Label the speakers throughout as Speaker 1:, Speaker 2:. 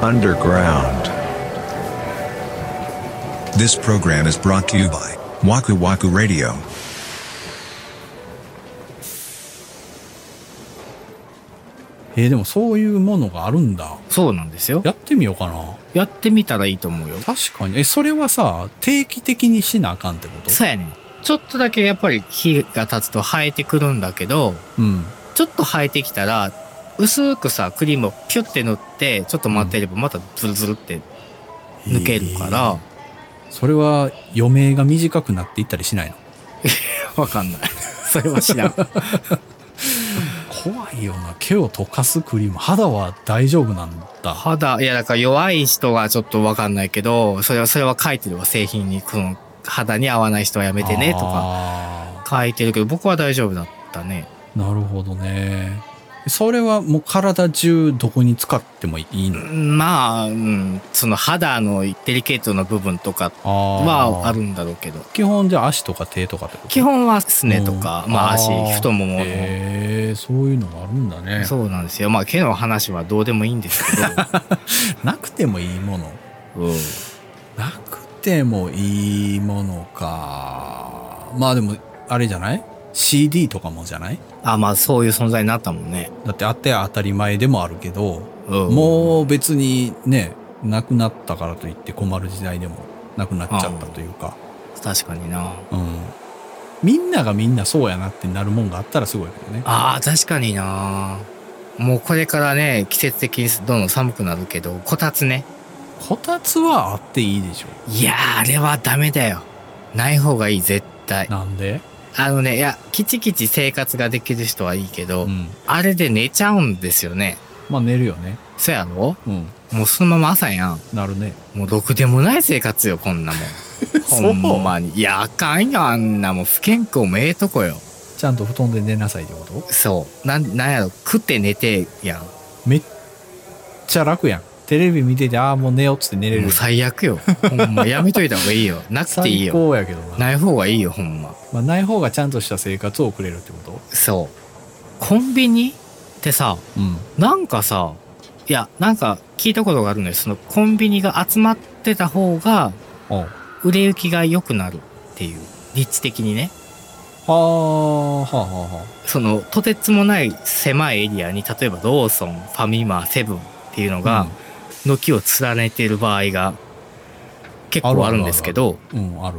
Speaker 1: underground.
Speaker 2: This program is brought to you by Waku Waku Radio.
Speaker 3: えーでもそういうものがあるんだ。
Speaker 4: そうなんですよ。
Speaker 3: やってみようかな。
Speaker 4: やってみたらいいと思うよ。
Speaker 3: 確かに。え、それはさ、定期的にしなあかんってこと
Speaker 4: そうやねん。ちょっとだけやっぱり日が経つと生えてくるんだけど、
Speaker 3: うん。
Speaker 4: ちょっと生えてきたら、薄くさ、クリームをピュッて塗って、ちょっと待ってればまたズルズルって抜けるから、
Speaker 3: それは余命が短くなっていったりしないの
Speaker 4: わかんない。 それは知らん。
Speaker 3: 怖いよな。毛を溶かすクリーム。肌は大丈夫なんだ。
Speaker 4: 肌、いや、だから弱い人はちょっとわかんないけど、それは、それは書いてるわ、製品に。この、肌に合わない人はやめてね、とか
Speaker 3: か。
Speaker 4: 書いてるけど、僕は大丈夫だったね。
Speaker 3: なるほどね。それはもう体中どこに使ってもいいの
Speaker 4: まあ、うん、その肌のデリケートな部分とか
Speaker 3: あ
Speaker 4: は
Speaker 3: ー
Speaker 4: あるんだろうけど、
Speaker 3: 基本じゃあ足とか手とかってこと
Speaker 4: 基本はすねとか、
Speaker 3: うん
Speaker 4: まあ足
Speaker 3: あー、
Speaker 4: 太ももの、
Speaker 3: へえそういうのがあるんだね。
Speaker 4: そうなんですよ。まあ、毛の話はどうでもいいんですけ
Speaker 3: なくてもいいもの。
Speaker 4: ど、うん
Speaker 3: なくてもいいものか。まあでも、あれじゃない ?CD とかもじゃない
Speaker 4: あ、まあ、そういう存在になったもんね。
Speaker 3: だってあって当たり前でもあるけど、
Speaker 4: うん、
Speaker 3: もう別にね、なくなったからといって困る時代でもなくなっちゃったというか、
Speaker 4: 確かにな。
Speaker 3: うん。みんながみんなそうやなってなるもんがあったらすごいけどね。
Speaker 4: ああ、確かにな。もうこれからね、季節的にどんどん寒くなるけど、こたつね。
Speaker 3: こたつはあっていいでしょ。
Speaker 4: いやー、あれはダメだよ。ない方がいい、絶対。
Speaker 3: なんで
Speaker 4: あのね、いや、きちきち生活ができる人はいいけど、
Speaker 3: うん。
Speaker 4: あれで寝ちゃうんですよね。
Speaker 3: まあ寝るよね。
Speaker 4: そやろ
Speaker 3: うん。
Speaker 4: もうそのまま朝やん。
Speaker 3: なるね。
Speaker 4: もうろくでもない生活よ、こんなもん。
Speaker 3: そ
Speaker 4: ほ
Speaker 3: うん
Speaker 4: まに。いや、あかんよ、あんなもん。不健康もええとこよ。
Speaker 3: ちゃんと布団で寝なさいってこと
Speaker 4: そう。なん、なんやろ、食って寝てやん。
Speaker 3: めっちゃ楽やん。テレビ見てて、ああ、もう寝ようっつって寝れ
Speaker 4: も
Speaker 3: る
Speaker 4: う。最悪よ。ほんま、やめといた方が いいよ。なくていい
Speaker 3: 最
Speaker 4: よ。
Speaker 3: 高やけどな。
Speaker 4: ない方がいいよ、ほんま。
Speaker 3: まあ、ない方がちゃんとした生活を送れるってこ
Speaker 4: そう。コンビニってさ、
Speaker 3: とうん。
Speaker 4: なんかさ、いや、なんか聞いたことがあるのよ。そのコンビニが集まってた方が、
Speaker 3: おう
Speaker 4: 売れ行きが良くなるっていう。立地的にね。
Speaker 3: はあ、はあ、はあは
Speaker 4: その、とてつもない狭いエリアに、例えばローソン、ファミマ、セブンっていうのが、軒を連ねている場合が結構あるんですけど、
Speaker 3: あ。うん、ある。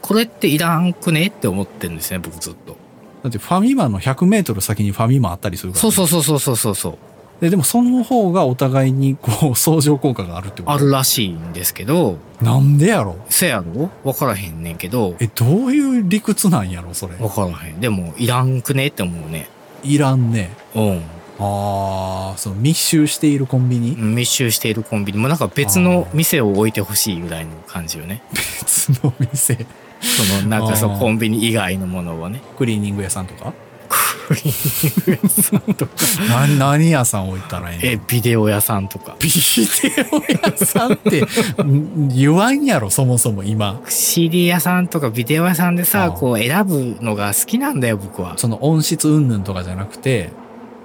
Speaker 4: これっていらんくねって思ってるんですね、僕ずっと。
Speaker 3: だってファミマの100メートル先にファミマあったりするから、
Speaker 4: そうそうそうそうそうそうそう。
Speaker 3: で。でもその方がお互いにこう、 相乗効果があるってこと
Speaker 4: あるらしいんですけど、
Speaker 3: なんでやろ
Speaker 4: せやろわからへんねんけど、
Speaker 3: え、どういう理屈なんやろそれ。
Speaker 4: わからへん。でも、いらんくねって思うね。
Speaker 3: いらんね。
Speaker 4: う
Speaker 3: ああ、その密集しているコンビニ
Speaker 4: ん。密集しているコンビニもなんか別の店を置いてほしいぐらいの感じよね。
Speaker 3: 別の店。
Speaker 4: その、なんかそ
Speaker 3: あ
Speaker 4: の
Speaker 3: ー
Speaker 4: コンビニ以外のものをね。
Speaker 3: クリーニング屋さんとか 何何屋さん置いたらいいの
Speaker 4: え、ビデオ屋さんとか。
Speaker 3: ビデオ屋さんってん言わんやろそもそも今
Speaker 4: CD 屋さんとかビデオ屋さんで
Speaker 3: あ
Speaker 4: さ、
Speaker 3: ー
Speaker 4: こう選ぶのが好きなんだよ、僕は。
Speaker 3: その音質云々とかじゃなくて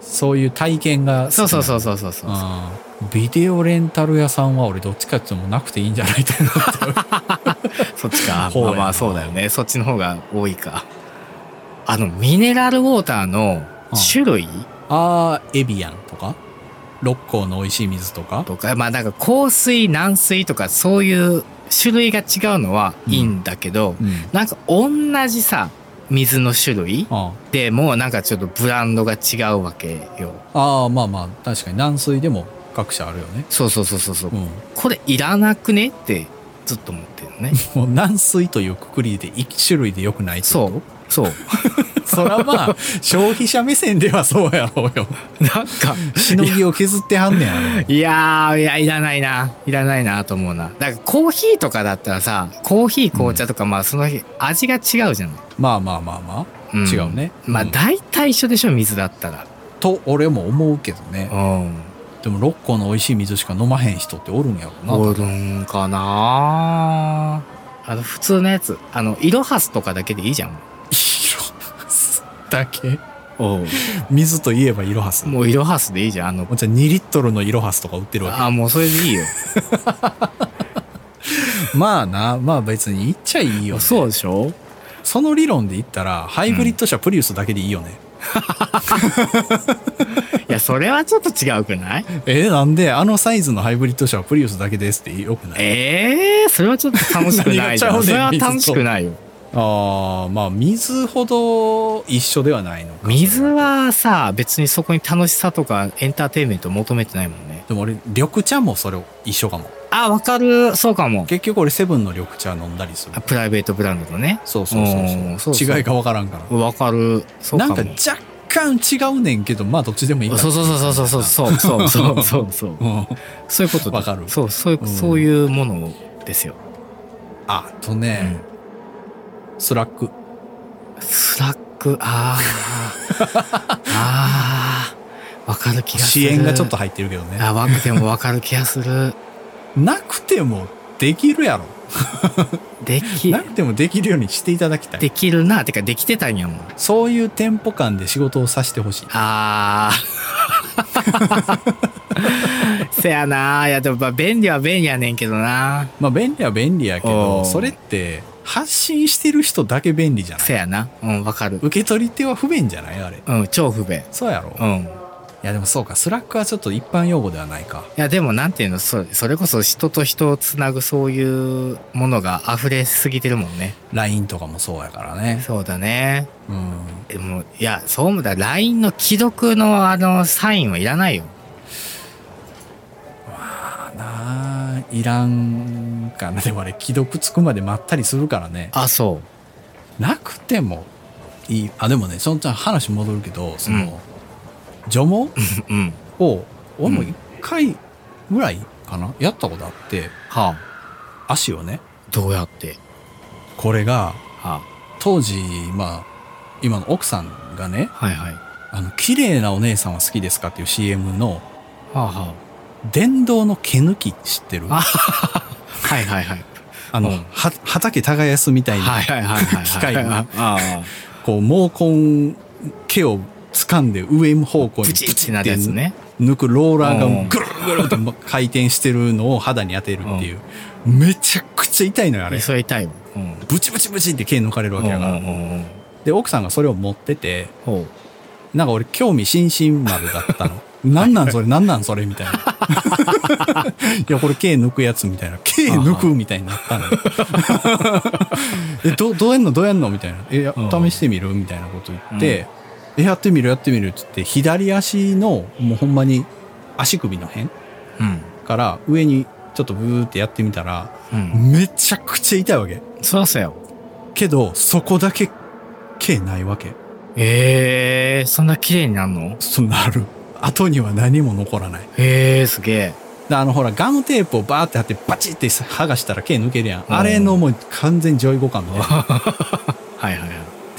Speaker 3: そういう体験が
Speaker 4: そうそうそううそうそうそう。
Speaker 3: ビデオレンタル屋さんは俺どっちかっていうともうなくていいんじゃないと思 う
Speaker 4: そっ ちか。
Speaker 3: 方
Speaker 4: ま
Speaker 3: や
Speaker 4: あ
Speaker 3: な
Speaker 4: まあそうだよね。そっちの方が多いか。あの、ミネラルウォーターの種類
Speaker 3: あーエビアンとか六甲の美味しい水とか
Speaker 4: とか、まあなんか香水、軟水とかそういう種類が違うのはいいんだけど、
Speaker 3: うん
Speaker 4: なんか同じさ、水の種類
Speaker 3: あ
Speaker 4: でもなんかちょっとブランドが違うわけよ。
Speaker 3: ーあーまあまあ確かに軟水でも各社あるよね
Speaker 4: そうそうそうそうそう
Speaker 3: う。ん
Speaker 4: これいらなくねってずっと思ってるのね。
Speaker 3: もう軟水というくくりで一種類でよくないってこと
Speaker 4: そう。そう。
Speaker 3: そらまあ、消費者目線ではそうやろうよ。
Speaker 4: なんか、
Speaker 3: しのぎを削ってはんねやろ。
Speaker 4: いやー、いや、いらないな。いらないなと思うな。だからコーヒーとかだったらさ、コーヒー、紅茶とか、まあその日、味が違うじゃない。
Speaker 3: まあまあまあまあ。
Speaker 4: ん
Speaker 3: 違うね。
Speaker 4: まあ
Speaker 3: うん
Speaker 4: 大体一緒でしょ、水だったら。
Speaker 3: と、俺も思うけどね
Speaker 4: う。ん。
Speaker 3: でも、六甲の美味しい水しか飲まへん人っておるんやろな。
Speaker 4: おるんかなあの、普通のやつ。あの、イロハスとかだけでいいじゃん。
Speaker 3: 色だけ。
Speaker 4: おう
Speaker 3: 水といえばイロハスも
Speaker 4: もうイロハスでいいじゃんあの
Speaker 3: うじゃあ2リットルのイロハスとか売ってるわ
Speaker 4: ああもうそれでいいよ
Speaker 3: けまあなまあ別にいっちゃいいよ、ね、
Speaker 4: そうでしょ
Speaker 3: その理論で言ったらハイブリッド車プリウスだけでいいよね、
Speaker 4: いやそれはちょっと違うくない
Speaker 3: えーなんであのサイズのハイブリッド車はプリウスだけですってよくない
Speaker 4: ええそれはちょっと楽しくないじゃん
Speaker 3: 何が
Speaker 4: そ
Speaker 3: ち
Speaker 4: れ
Speaker 3: ゃう
Speaker 4: は
Speaker 3: ねん
Speaker 4: 楽しくないよ
Speaker 3: ああまあ水ほど一緒ではないのか
Speaker 4: 水はさ別にそこに楽しさとかエンターテインメントを求めてないもんね
Speaker 3: でも俺緑茶もそれ一緒かも
Speaker 4: あわかるそうかも
Speaker 3: 結局俺セブンの緑茶飲んだりする
Speaker 4: あプライベートブランドのね
Speaker 3: そうそうそうそう
Speaker 4: うんそうそう
Speaker 3: 違いが分からんから
Speaker 4: わかるそうか
Speaker 3: なんか
Speaker 4: も
Speaker 3: 若干違うねんけどまあどっちでもいいか
Speaker 4: そうそうそうそうそうそう そうそうそうそう
Speaker 3: う、うん、
Speaker 4: そういうことで
Speaker 3: わかる
Speaker 4: そうそういううんそういうものですよ、
Speaker 3: あとね、スラック
Speaker 4: スラックあ ーあーわかる気がす
Speaker 3: 支
Speaker 4: る
Speaker 3: 援がちょっと入ってるけどね
Speaker 4: あわくてもわかる気が する
Speaker 3: なくてもできるやろ
Speaker 4: でき
Speaker 3: なくてもできるようにしていただきた
Speaker 4: で
Speaker 3: い
Speaker 4: きるなてかできてたんやもん
Speaker 3: そういうテンポ感で仕事をさせてほしい
Speaker 4: あー せやないやでもまあ便利は便利やねんけどな
Speaker 3: まあ便利は便利やけ
Speaker 4: お
Speaker 3: ど
Speaker 4: ー
Speaker 3: それって発信してる人だけ便利じゃない
Speaker 4: せやなうんわかる
Speaker 3: 受け取り手は不便じゃないあれ
Speaker 4: うん超不便
Speaker 3: そうやろ、
Speaker 4: う
Speaker 3: い
Speaker 4: ん
Speaker 3: やでもそうかスラックはちょっと一般用語ではないか
Speaker 4: いやでもなんていうのそそれこそ人と人をつなぐそういうものが溢れすぎてるもんね
Speaker 3: LINE とかもそうやからね
Speaker 4: そうだね
Speaker 3: うん
Speaker 4: でもいやそう思うたら LINE の既読のあのサインはいらないよ
Speaker 3: かなあいらんかなでもあれ既読つくまでまったりするからね
Speaker 4: あそ
Speaker 3: なくてもいいあでもねその話戻るけどその、
Speaker 4: うん
Speaker 3: 除毛
Speaker 4: ううん
Speaker 3: を俺も
Speaker 4: うん
Speaker 3: 1回ぐらいかなやったことあって
Speaker 4: はあ
Speaker 3: 足をね
Speaker 4: どうやって
Speaker 3: これが
Speaker 4: は
Speaker 3: 当時まあ今の奥さんがね
Speaker 4: あはいはいは
Speaker 3: 「あの綺麗なお姉さんは好きですか?」っていう CM の
Speaker 4: あは
Speaker 3: 電動の毛抜き知ってる
Speaker 4: あ
Speaker 3: あ
Speaker 4: あはいはいはい
Speaker 3: の、
Speaker 4: うん
Speaker 3: は畑耕すみたい
Speaker 4: はい
Speaker 3: な
Speaker 4: はいはいはいはい
Speaker 3: 機械が
Speaker 4: ああ
Speaker 3: こう毛根毛を掴んで上方向に
Speaker 4: プチッてなるやつね
Speaker 3: 抜くローラーが
Speaker 4: うん
Speaker 3: ぐるぐるって回転してるのを肌に当てるっていう、めちゃくちゃ痛いのよあれ
Speaker 4: それ痛いわうん
Speaker 3: ブチブチブチって毛抜かれるわ
Speaker 4: うん
Speaker 3: け
Speaker 4: う
Speaker 3: やから、
Speaker 4: んうんうん
Speaker 3: で奥さんがそれを持ってて
Speaker 4: ほ
Speaker 3: なんか俺興味津々までだったの なんなんそれなんなんそれみたいな いやこれ毛抜くやつみたいな毛抜くみたいになった のよえどどうやんのどうやんのみたいな「えや
Speaker 4: うん
Speaker 3: 試してみる?」みたいなこと言って「えやってみるやってみる」って言って左足のもうほんまに足首の辺
Speaker 4: ううん
Speaker 3: から上にちょっとブーってやってみたら
Speaker 4: うん
Speaker 3: めちゃくちゃ痛いわけ
Speaker 4: そらそうやわ
Speaker 3: けどそこだけ毛ないわけ
Speaker 4: ええそんな綺麗になるの
Speaker 3: そうなる後には何も残らない
Speaker 4: ええすげえ
Speaker 3: であのほらガムテープをバーって貼ってバチって剥がしたら毛抜けるやん、
Speaker 4: うん
Speaker 3: あれのもう完全上位互換みたい な
Speaker 4: はいはいはい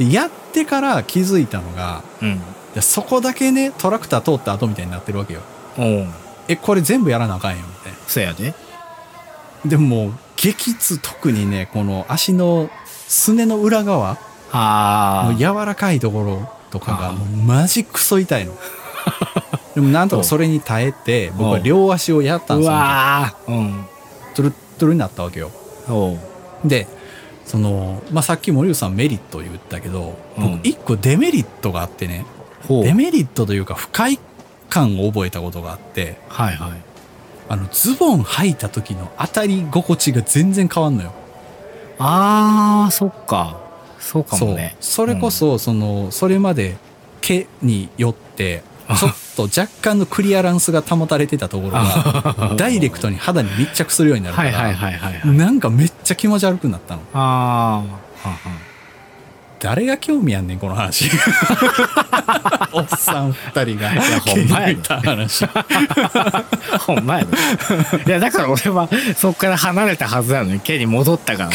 Speaker 3: でやってから気づいたのが
Speaker 4: うん
Speaker 3: でそこだけねトラクター通った後みたいになってるわけよ
Speaker 4: おう
Speaker 3: えこれ全部やらなあかんよみたいな
Speaker 4: そやで
Speaker 3: でもう激痛特にねこの足のすねの裏側
Speaker 4: あ
Speaker 3: も
Speaker 4: あ
Speaker 3: う柔らかいところとか
Speaker 4: あ
Speaker 3: が
Speaker 4: ー
Speaker 3: もうマジクソ痛い のでもなんとかそれに耐えて僕は両足をやったん
Speaker 4: う
Speaker 3: ですよ
Speaker 4: わーうん
Speaker 3: トゥルットゥルになったわけよ
Speaker 4: おう
Speaker 3: でその、まあ、さっき森内さんメリット言ったけど
Speaker 4: うん
Speaker 3: 僕一個デメリットがあってね、
Speaker 4: ほう
Speaker 3: デメリットというか不快感を覚えたことがあって
Speaker 4: はいはい
Speaker 3: あのズボン履いた時の当たり心地が全然変わんのよ
Speaker 4: ああそっかそうかもね
Speaker 3: そうそれこそ、そのそれまで毛によってちょっと若干のクリアランスが保たれてたと ころがダイレクトに肌に密着するようになるか
Speaker 4: はい
Speaker 3: ら、
Speaker 4: はいはいはいはい
Speaker 3: なんかめっちゃ気持ち悪くなったの
Speaker 4: ああは
Speaker 3: 誰が興味あんねんこの話おっさん二人が
Speaker 4: いやほんまや
Speaker 3: 毛抜
Speaker 4: で
Speaker 3: いた話
Speaker 4: はほんまやでいやだから俺はそっから離れたはずなのに毛に戻ったから